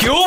¿Qué hubo,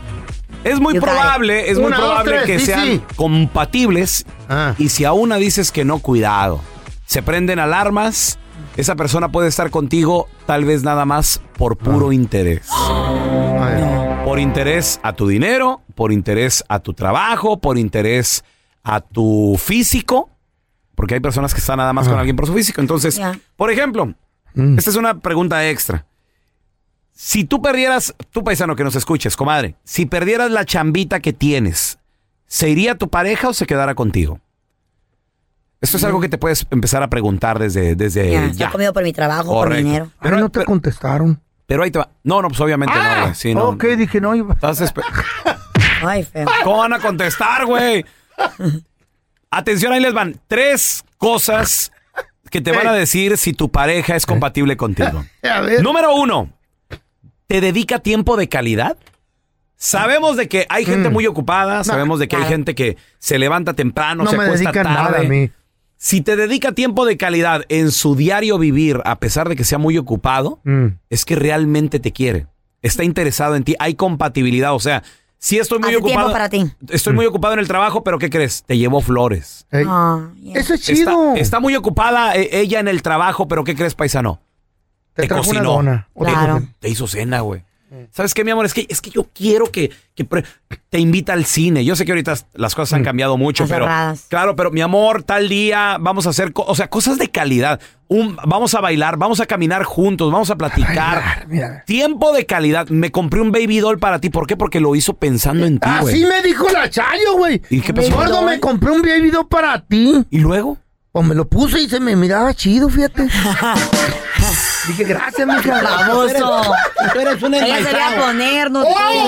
es muy You got it. probable, es muy Una, dos, probable tres, que sí, sean sí. compatibles. Ah. Y si a una dices que no, cuidado. Se prenden alarmas. Esa Ah. persona puede estar contigo tal vez nada más por puro interés. Ay, no. Por por interés a tu dinero, por interés a tu trabajo, por interés a tu físico, porque hay personas que están nada Ah. más con alguien por su físico. Entonces, Ya. por ejemplo, Mm. esta es una pregunta extra. Si tú perdieras, tú paisano que nos escuches, comadre, si perdieras la chambita que tienes, ¿se iría tu pareja o se quedara contigo? Esto es algo que te puedes empezar a preguntar desde, desde Ya, ya. está comido por mi trabajo, por Correcto. mi dinero. Pero no te contestaron. Pero ahí te va. No, no, pues obviamente no. güey. Sí, no. ok, dije, no, iba- Estás espe- Ay, feo. ¿Cómo van a contestar, güey? Atención, ahí les van. Tres cosas que te van a decir si tu pareja es compatible contigo. a ver. Número uno, ¿te dedica tiempo de calidad? Sabemos de que hay Mm. gente muy ocupada, sabemos de que hay claro. gente que se levanta temprano, No se me acuesta dedican tarde. nada a mí. Si te dedica tiempo de calidad en su diario vivir, a pesar de que sea muy ocupado, Mm. es que realmente te quiere. Está interesado en ti. Hay compatibilidad. O sea, si estoy muy Hace tiempo ocupado. para ti. Estoy Mm. muy ocupado en el trabajo, pero ¿qué crees? Te llevo flores. Ey. Ah, ya. Eso es Está, chido. está muy ocupada eh, ella en el trabajo, pero ¿qué crees, paisano? te trajo una dona. o te Claro. cocinó. Mm. Te hizo cena, güey. ¿Sabes qué, mi amor? Es que, es que yo quiero que, que pre- te invita al cine. Yo sé que ahorita las cosas Mm. han cambiado mucho, Están pero. cerradas. Claro, pero mi amor, tal día vamos a hacer, co- o sea, cosas de calidad. Un- vamos a bailar, vamos a caminar juntos, vamos a platicar. mira. Tiempo de calidad. Me compré un baby doll para ti. ¿Por qué? Porque lo hizo pensando en ti, güey. Así Ah, me dijo la Chayo, güey. ¿Y qué pasó? Gordo, me compré un baby doll para ti. ¿Y luego? O me lo puse y se me miraba chido, fíjate. Dije, gracias, mija. Baboso. Tú eres un Ella se va a poner, no ¡Oh!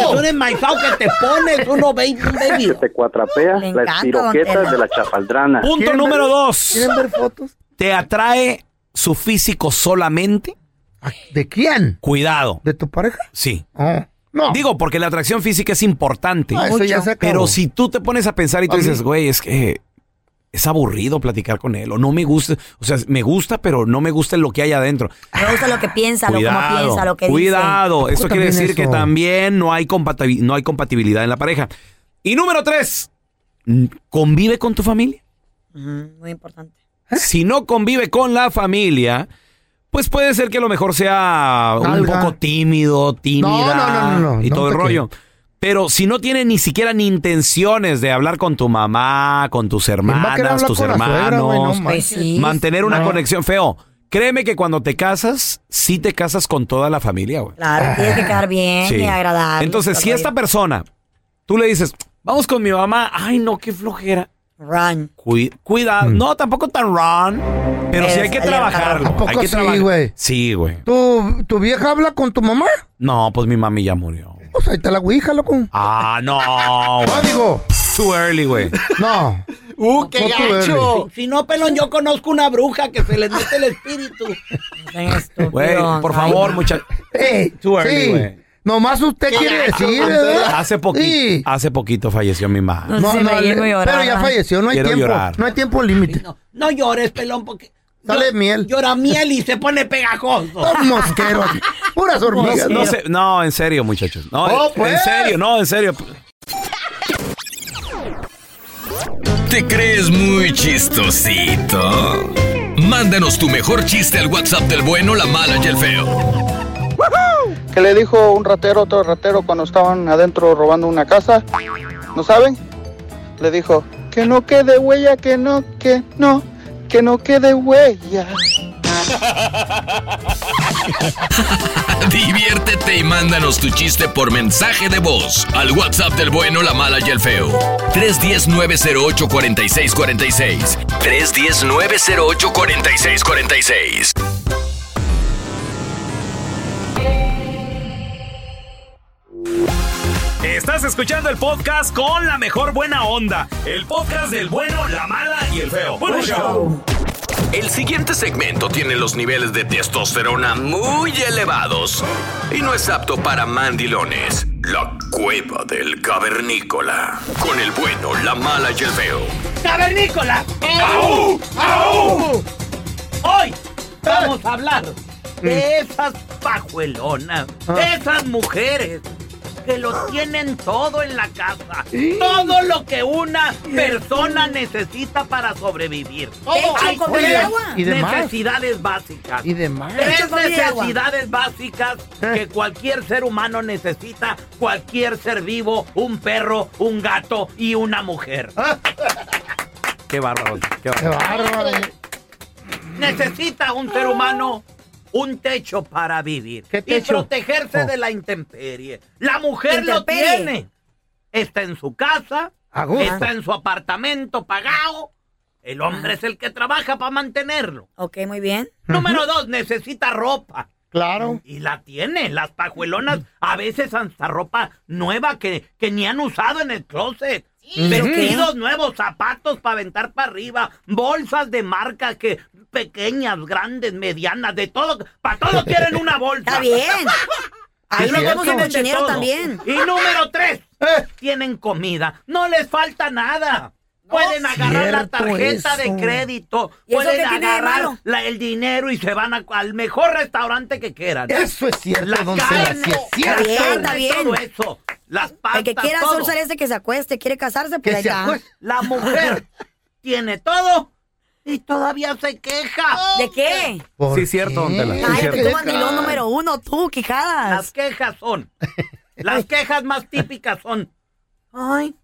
Oh. Tú eres maizado que te pones, uno baby, un baby. Te cuatrapeas Me las encanta, don piroquetas Tela. de la chafaldrana. Punto ¿Quieren número ver- dos. ¿Quieren ver fotos? ¿Te atrae su físico solamente? Ah, ¿De quién? Cuidado. ¿De tu pareja? Sí. Oh. No. Digo, porque la atracción física es importante. Ah, eso ya se acabó. Pero si tú te pones a pensar y tú A mí- dices, güey, es que es aburrido platicar con él, o no me gusta, o sea, me gusta, pero no me gusta lo que hay adentro. Me gusta lo que piensa, lo como Cuidado, piensa, lo que cuidado. Tampoco Eso quiere también decir que eso. también no hay, compatibi- no hay compatibilidad en la pareja. Y número tres, mm, convive con tu familia. dice. Ujú, Muy importante. Si no convive con la familia, pues puede ser que a lo mejor sea un Salga. poco tímido, tímida No, no, no, no, no, y no todo el te rollo. Pero si no tiene ni siquiera ni intenciones de hablar con tu mamá, con tus ¿Quién va a querer hermanas, hablar tus con la suegra, güey? No hermanos, manches. Pues sí. mantener una No. conexión feo. Créeme que cuando te casas, sí te casas con toda la familia, güey. Claro, tienes que quedar bien Sí. y agradable. Entonces, todo si el esta rollo. persona, tú le dices, vamos con mi mamá, ay no, qué flojera. Run. Cui- cuidado. No, tampoco tan run. Pero sí hay que Alerta. trabajarlo. Mm. ¿A poco hay que sí, trabajar- güey? Sí, güey. ¿Tu, ¿Tu vieja habla con tu mamá? No, pues mi mami ya murió. Pues ahí está la ouija, loco. Ah, no. No, güey. digo. Too early, güey. No. ¡Uh, qué gacho! Si no, pelón, yo conozco una bruja que se les mete el espíritu. No sean estúpidos. Güey, por Ay, favor, no. muchachos. Ey, Too early, sí. güey. Nomás usted quiere decir, ¿verdad? Hace poquito, Ah, Sí. hace poquito falleció mi mamá. No, se me llegó a llorar. pero ya falleció, no hay Quiero tiempo. llorar. No hay tiempo límite. No, no llores, pelón, porque. Dale llo- miel. Llora miel y se pone pegajoso. Son mosqueros. Puras hormigas. No, sé- no, en serio, muchachos. No, Oh, en pues. serio, no, en serio. ¿Te crees muy chistosito? Mándanos tu mejor chiste al WhatsApp del bueno, la mala y el feo. que le dijo un ratero a otro ratero cuando estaban adentro robando una casa? ¿No saben? Le dijo, que no quede huella, que no, que no, que no quede huella. Diviértete y mándanos tu chiste por mensaje de voz al WhatsApp del bueno, la mala y el feo. 310-908-4646. 310-908-4646. Estás escuchando el podcast con la mejor buena onda. El podcast del bueno, la mala y el feo. Bueno, show. El siguiente segmento tiene los niveles de testosterona muy elevados y no es apto para mandilones. La cueva del cavernícola. Con el bueno, la mala y el feo. ¡Cavernícola! ¡Au! ¡Au! Hoy vamos a Mm. Ah. hablar de esas pajuelonas, de esas mujeres que lo tienen todo en la casa. Todo lo que una persona necesita para sobrevivir. Hecho Hay con tres el agua. Y de más. necesidades básicas. Y demás. Tres Hecho con el agua. necesidades básicas Eh. que cualquier ser humano necesita, cualquier ser vivo, un perro, un gato y una mujer. Qué bárbaro. Qué bárbaro. Necesita un ser humano un techo para vivir y techo? protegerse Oh. de la intemperie. La mujer lo Intemperie. tiene. Está en su casa, A gusto. está en su apartamento pagado. El hombre es el que trabaja para mantenerlo. Ok, muy bien. Número dos, necesita ropa. Claro. Y la tiene. Las pajuelonas a veces hasta ropa nueva que, que ni han usado en el closet. ¿Pero qué? Vestidos nuevos, zapatos para aventar para arriba, bolsas de marca que pequeñas, grandes, medianas, de todo, para todo quieren una bolsa. Está bien. Ahí Y lo luego vemos en tienen de cochinero todo. también. Y número tres, tienen comida, no les falta nada. Pueden agarrar la Cierto tarjeta eso. de crédito, ¿Y eso pueden qué tiene de agarrar malo? la- el dinero y se van a- al mejor restaurante que quieran. Eso es cierto, La don carne, Sebastián, sí es la cierto. carne, Está bien, está todo bien. eso, las pastas, El que quiera todo. solzar ese que se acueste, quiere casarse, pues Que ahí se está. acueste. La mujer tiene todo y todavía se queja. ¿De qué? Sí, es cierto, don Tela. sí, es Cállate, cierto. tú mandilón número uno, tú, Las quijadas. quejas son. Las quejas más típicas son. Ay,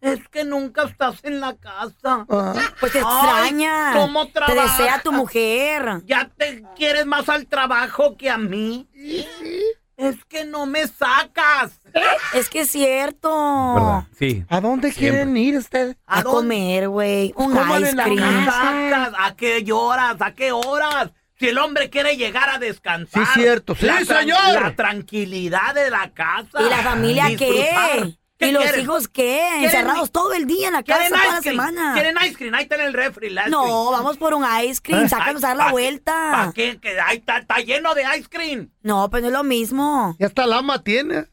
es que nunca estás en la casa. Pues te Ay, extraña. ¿Cómo Te trabajas? desea tu mujer. Ya te quieres más al trabajo que a mí. Es que no me sacas. Es que es cierto. Sí. Ah. ¿A dónde quieren ir ustedes? A, comer, güey. Un ice en la cream. sacas? ¿A qué lloras? ¿A qué horas? Si el hombre quiere llegar a descansar. Sí, cierto. Sí, La tran- señor. La tranquilidad de la casa. ¿Y la familia Disfrutar. qué? ¿Y los quieres? hijos qué? Encerrados todo el día en la casa ¿Quieren toda ice la cream? semana. ¿Quieren ice cream? Ahí está en el refri. el ice No, cream. vamos por un ice cream. Sácanos a dar la ¿Para vuelta. qué? Que ahí está, está lleno de ice cream. No, pues no es lo mismo. Ya hasta lama tiene.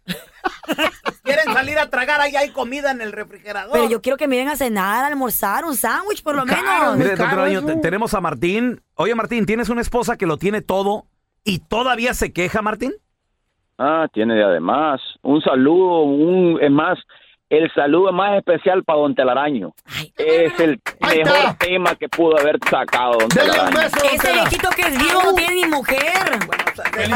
Quieren salir a tragar, ahí hay comida en el refrigerador. Pero yo quiero que me vengan a cenar, a almorzar, un sándwich por lo menos. Mire, caro doctor Año, eso. te- tenemos a Martín. Oye, Martín, ¿tienes una esposa que lo tiene todo y todavía se queja, Martín? Ah, tiene de además. Un saludo, un, es más, el saludo más especial para Don Telaraño. es el Ahí mejor está. tema que pudo haber sacado Don Dele un Telaraño. beso, don Ese Tela. viejito que es viejo no tiene ni mujer. Al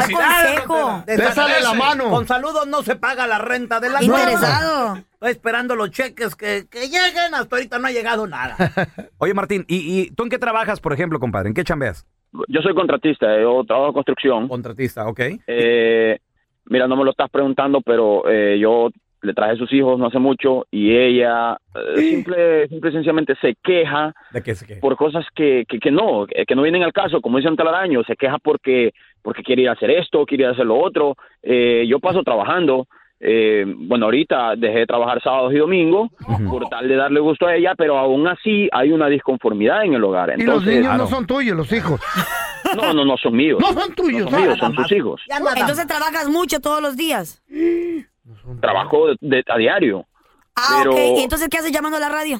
consejo. Bésale la mano. Con saludos no se paga la renta de la Interesado. Estoy esperando los cheques que, que lleguen. Hasta ahorita no ha llegado nada. Oye, Martín, ¿y, y tú en qué trabajas, por ejemplo, compadre? ¿En qué chambeas? Yo soy contratista, eh, yo trabajo en construcción. Contratista, ok. Eh, mira, no me lo estás preguntando, pero eh, yo le traje sus hijos no hace mucho y ella eh, simple, simple y sencillamente se queja ¿De qué se queja? por cosas que, que, que no, eh, que no vienen al caso, como dice Telaraño, se queja porque, porque quiere ir a hacer esto, quiere ir a hacer lo otro. Eh, yo paso trabajando, eh, bueno, ahorita dejé de trabajar sábados y domingos por tal de darle gusto a ella, pero aún así hay una disconformidad en el hogar. Y los Entonces, ah, niños no son tuyos, los hijos. no, no, no son míos. No son tuyos. No son ¿eh? míos, son tus hijos. Uh, Entonces trabajas mucho todos los días. Trabajo de- de- a diario. Ah, Pero- ok. ¿Y entonces qué haces llamando a la radio?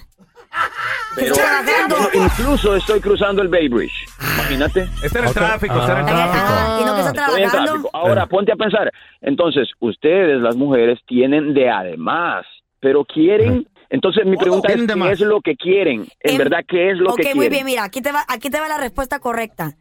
Pero Trabajando. incluso estoy cruzando el Bay Bridge. Imagínate. Está en el tráfico, está en el tráfico. Ah, y no que está Estoy en trabajando. tráfico. Ahora, ponte a pensar. Entonces, ustedes, las mujeres, tienen de además, pero quieren. Entonces, mi pregunta es: Tienen Oh, de ¿qué más. es lo que quieren? En Em, verdad, ¿qué es lo ok, que muy quieren? bien, mira, aquí te, va, aquí te va la respuesta correcta.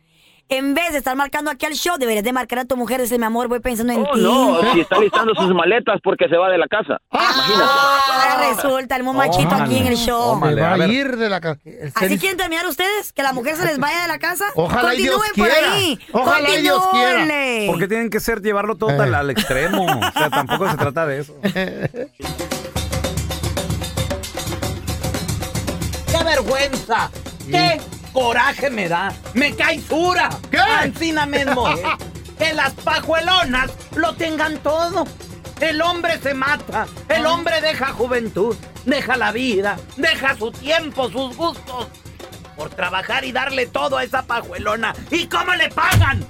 En vez de estar marcando aquí al show, deberías de marcar a tu mujer y decirle, mi amor, voy pensando en Oh, ti. no, si está listando sus maletas porque se va de la casa. Ahora resulta, el momachito Tómale, aquí en el show. tómale. Vale, Se va a a ver. ir de la ca- el ¿Así cenis- quieren terminar ustedes? ¿Que la mujer se les vaya de la casa? Ojalá y Dios Continúen por quiera. ahí. Ojalá y Dios quiera. Continúenle. ¿Por qué tienen que ser llevarlo todo Eh. al, al extremo? O sea, tampoco se trata de eso. ¡Qué vergüenza! ¡Qué coraje me da! ¡Me cae sura! ¿Qué? Ancina mismo es que las pajuelonas lo tengan todo. El hombre se mata, el Ah. hombre deja juventud, deja la vida, deja su tiempo, sus gustos, por trabajar y darle todo a esa pajuelona. ¿Y cómo le pagan?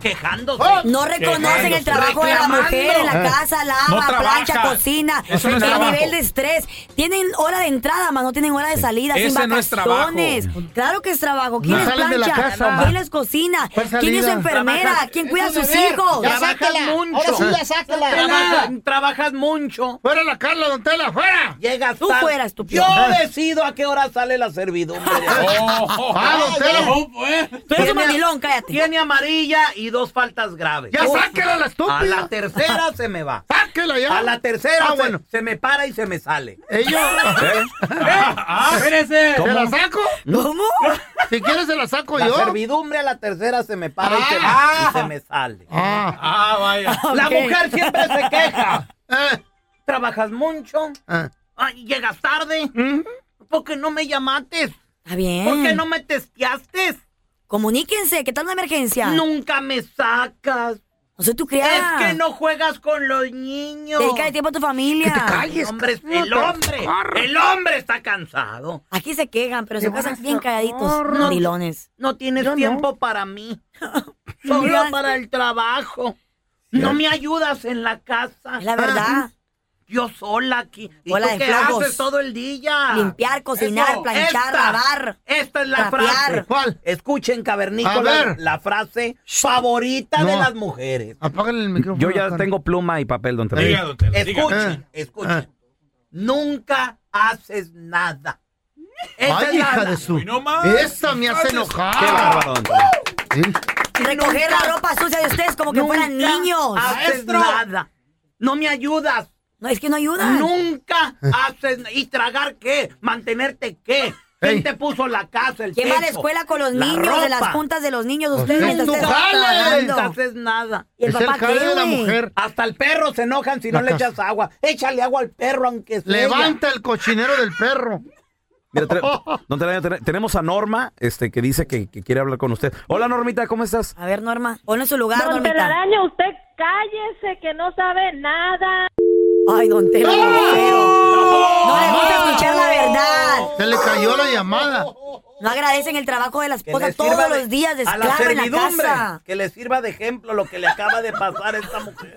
Quejándose. Oh, No reconocen el trabajo de la Reclamando. mujer en la Eh. casa, lava, No trabaja. plancha, cocina. Eso no es el trabajo. nivel de estrés. Tienen hora de entrada, más no tienen hora de salida. Ese sin no es vacaciones. Claro que es trabajo. ¿Quién No es salen de la plancha? casa. ¿Quién les cocina? ¿Cuál ¿Quién es su salida? enfermera? Trabajas. ¿Quién cuida a Es un sus deber. hijos? Ya sácala. Ahora sí, ya sácala. Trabaja- Trabajas mucho. ¡Fuera la Carla, don Tela, fuera! Llegas Tú tarde. fuera, estúpido. Yo decido a qué hora sale la servidumbre. Oh. Ah, don Tela. Tú eres un Tiene- mandilón, cállate. Tiene amarilla y dos faltas graves. Ya sáquela, oh. la estúpida. A la tercera se me va. ¡Sáquela ya! A la tercera Ah, se, bueno. Eh, se me para y se me sale. Ellos. Ah, espérese. ¿Te la ¿Cómo? saco? ¿Cómo? Si quieres, se la saco La yo. servidumbre a la tercera se me para y, se, Ah. y se me sale. Ah. vaya. La Ok. mujer siempre se queja. Trabajas mucho. Ah. Ay, llegas tarde. Porque no me llamaste. Está bien. ¿Por qué no me testeaste? Comuníquense, ¿qué tal una emergencia? Nunca me sacas. No soy tu criada. Es que no juegas con los niños. Dedica el tiempo a tu familia. Hombre, el hombre, el hombre está cansado. Aquí se quejan, pero Te se van pasan a bien calladitos, sacar. marilones. No tienes Yo no. tiempo para mí. Solo Ya. para el trabajo. No me ayudas en la casa. La verdad, Yo sola aquí. ¿Y Bola tú de qué flojos. haces todo el día? limpiar, cocinar, Eso. planchar, Esta, lavar. Esta es la trapear. frase. ¿Cuál? Escuchen, A cavernícola, ver. la frase favorita de No. las mujeres. Apágale el micrófono. Eh. Yo ya Carla. tengo pluma y papel, don Tela. Diga, don Tela, diga. Escuchen, Ah. escuchen. Nunca haces nada. Esa Ay, es la- hija de su. Esa me hace enojar. Qué bárbaro, don Tela. Recoger Nunca- la ropa sucia de ustedes como que nunca fueran niños. Haces nada. No me ayudas. No, es que no ayudan. Nunca haces na- ¿Y tragar qué? ¿Mantenerte qué? ¿Quién te puso la casa? El Qué mala techo, escuela con los niños, de las ropa? juntas de los niños, de Tú ustedes mientras no ustedes jalas, no trabajando. haces nada. ¿Y el Es el papá jale qué, de la güey? mujer. Hasta el perro se enojan si La no le casa. echas agua. Échale agua al perro aunque sea. Levanta el cochinero del perro. Mira, tre- don Tela, tre- tenemos a Norma este, que dice que, que quiere hablar con usted. Hola, Normita, ¿cómo estás? A ver, Norma, ponlo en su lugar, Don Normita. Telaraño, usted cállese que no sabe nada. Ay, don Tela, qué feo. No le gusta escuchar la verdad. Se le cayó la llamada. No agradecen el trabajo de la Que le esposa todos sirva de- los días de a la esclava en la servidumbre. casa. Que le sirva de ejemplo lo que le acaba de pasar a esta mujer.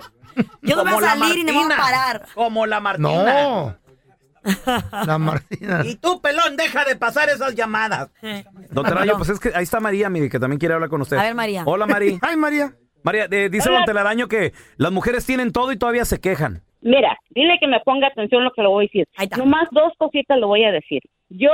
Yo no voy a Como la salir y no me voy a Martina, parar. Como la Martina. No. La Martina. Y tú, pelón, deja de pasar esas llamadas. Don Telaraño, pues es que ahí está María, mire, que también quiere hablar con usted. A ver, María. Hola, María. Ay, María. María, eh, dice Don Telaraño que las mujeres tienen todo y todavía se quejan. Mira, dile que me ponga atención lo que le voy a decir. Ahí está. Nomás dos cositas le voy a decir. Yo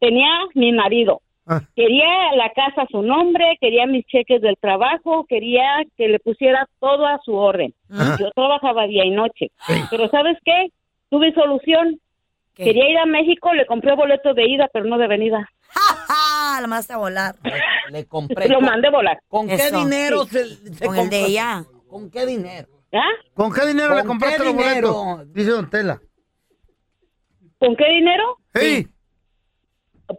tenía mi marido. Ah. Quería la casa a su nombre, quería mis cheques del trabajo, quería que le pusiera todo a su orden. Ajá. Yo trabajaba día y noche. Pero ¿sabes qué? Tuve solución. ¿Qué? Quería ir a México, le compré boleto de ida, pero no de venida. ¡Ja, ja! La mandaste a volar. Le compré. Lo ¿Con, mandé volar. con qué Eso. dinero se, se Con el de compró? ella. ¿Con qué dinero? ¿Ah? ¿Con qué dinero ¿Con le compraste qué los dinero? boletos? Dice Don Tela. ¿Con qué dinero? ¡Ey!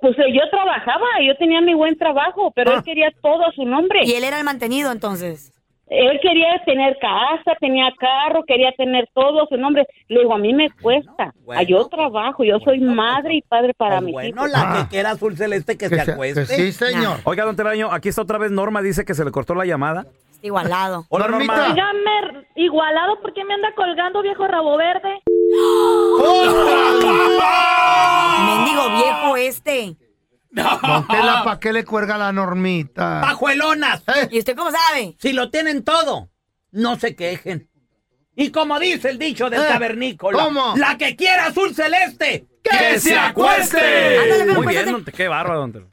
Pues eh, yo trabajaba, yo tenía mi buen trabajo, pero Ah. él quería todo a su nombre. Y él era el mantenido entonces. Él quería tener casa, tenía carro, quería tener todo a su nombre. Le digo, a mí me cuesta. bueno. Ah, yo trabajo, yo soy madre y padre para Pues mis bueno, hijos. la Ah. que quiera azul celeste que, Que se sea- acueste. que sí, señor. Oiga, Don Telaraño, aquí está otra vez Norma, dice que se le cortó la llamada. Está Este igualado. Hola, Normita. Norma. Dígame, igualado, ¿por qué me anda colgando, viejo rabo verde? Mendigo viejo este. Don Tela, ¿para qué le cuelga la normita? ¡Pajuelonas! ¿Y usted cómo sabe? Si lo tienen todo, no se quejen. Y como dice el dicho del Eh, cavernícola, ¿cómo? la que quiera azul celeste, ¡Que se acueste! Ándale, Muy pero bien, acuéstate. don Te- qué bárbaro, don Tela.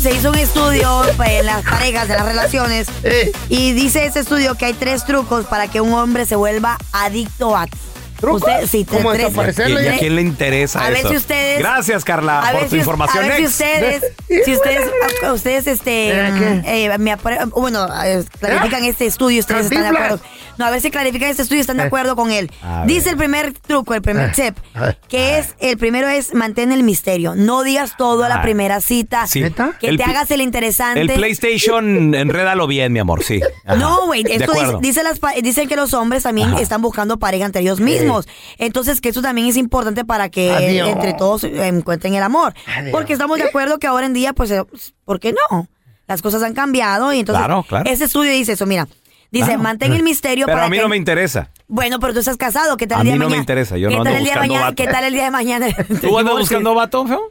Se hizo un estudio pues, en las parejas, de las relaciones. Eh. Y dice ese estudio que hay tres trucos para que un hombre se vuelva adicto a ti. ¿Trucos? Usted- sí, tres- ¿Cómo tres. desaparecerle? ¿Y a Tres. quién le interesa A ver eso? si ustedes- Gracias, Carla, A por ver tu si- información. A ver si ex. ustedes, si ustedes, a- ustedes, este, eh, me apre- bueno, eh, clarifican este estudio, ustedes están de Cantinflas. acuerdo. No, a ver si clarifican este estudio, están de Eh. acuerdo con él. A Dice ver. el primer truco, el primer Eh. tip, A ver. que es, el primero es mantén el misterio. No digas todo a la Ah. primera cita. Sí. ¿Neta? Que El te pl- hagas el interesante. El PlayStation, enrédalo bien, mi amor, sí. Ajá. No, güey, De esto dice, acuerdo. dice las pa- dicen que los hombres también Ajá. están buscando pareja entre ellos mismos. Entonces, que eso también es importante para que Adiós. entre todos encuentren el amor. Adiós. Porque estamos de acuerdo que ahora en día, pues, eh, ¿por qué no? las cosas han cambiado y entonces Claro, claro. ese estudio dice eso, mira. Dice, Claro. Mm. mantén el misterio Pero para a mí que- no me interesa. Bueno, pero tú estás casado, ¿qué tal A el día mí de no me mañana? interesa, yo ¿Qué no tal ando el día de buscando mañana? vato. ¿Qué tal el día de mañana? ¿Tú andas buscando vato, feo?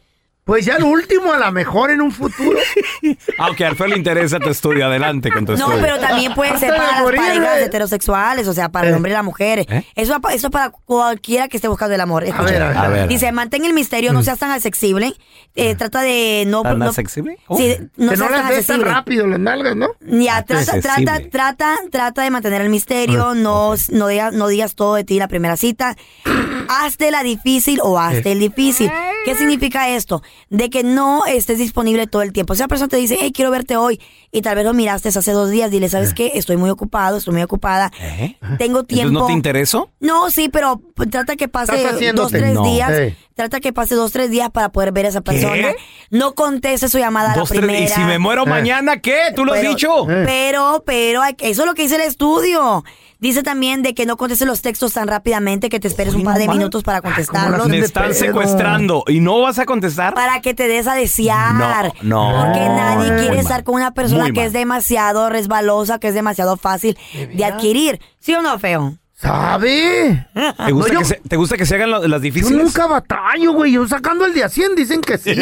Pues ya el último, a lo mejor en un futuro. Aunque Ah, al feo le interesa tu estudio, adelante con tu No, estudio. pero también puede ser Hasta de para las morir, parejas eh. heterosexuales, o sea, para Eh. el hombre y la mujer. Eso, va pa- eso es para cualquiera que esté buscando el amor. Escucha. ver, a ver, a ver. Dice, mantén el misterio, no seas tan accesible. Eh, trata de no... Mm. Ah. ¿Tan no- accesible? Sí, no que no seas las tan ves tan accesible. rápido las nalgas, ¿no? Ah, Ya, trata, Accesible. trata, trata, trata de mantener el misterio, no, no, digas, no digas todo de ti en la primera cita. hazte la difícil o hazte el difícil. Eh. ¿Qué significa esto? De que no estés disponible todo el tiempo. Si una persona te dice, hey, quiero verte hoy, y tal vez lo miraste hace dos días, dile, ¿sabes qué? Estoy muy ocupado, estoy muy ocupada, ¿Eh? tengo ¿Entonces tiempo. no te interesó? No, sí, pero trata que pase Estás dos, haciéndote. tres No. días. Ey. Trata que pase dos, tres días para poder ver a esa persona. No conteste su llamada Dos, a tres, la primera. ¿Y si me muero mañana qué? ¿Tú lo has Pero- dicho? Pero, pero, hay que- eso es lo que dice el estudio. Dice también de que no contestes los textos tan rápidamente, que te esperes un par de minutos para contestarlos. Me están secuestrando y no vas a contestar. Para que te des a desear. No, no. Porque nadie muy quiere mal. estar con una persona Muy que mal. es demasiado resbalosa, que es demasiado fácil de adquirir. ¿Sí o no, feo? ¿Sabe? Ah, ¿Te gusta, No, yo- que se, te gusta que se hagan lo- las Yo difíciles? nunca batallo, güey. Yo sacando el de a 100 dicen que sí.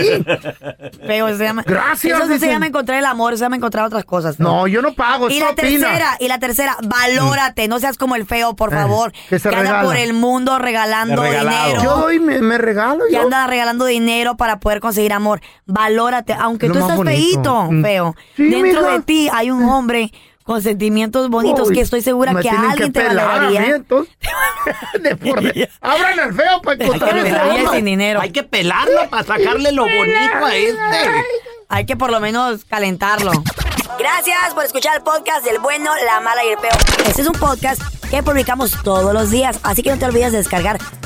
Feo, se llama. Gracias, Eso no se dicen. llama encontrar el amor, se llama encontrar otras cosas. feo. No, yo no pago. Y ¿tú la opinas? tercera, y la tercera, valórate, no seas como el feo, por Eh, favor. que se que anda regala. por el mundo regalando De regalado. dinero. Yo doy, me, me regalo. Que yo. anda regalando dinero para poder conseguir amor. Valórate, aunque Lo tú más estás bonito. feíto, Mm. feo. Sí, dentro mija. de ti hay un hombre con sentimientos bonitos Uy, que estoy segura me que tienen alguien que te pelar a mí, valoraría. entonces. De por- Abran al feo para Hay que encontrar ese pelarle hombre. sin dinero. Hay que pelarlo para sacarle lo bonito a este. Hay que por lo menos calentarlo. Gracias por escuchar el podcast del bueno, la mala y el peor. Este es un podcast que publicamos todos los días, así que no te olvides de descargar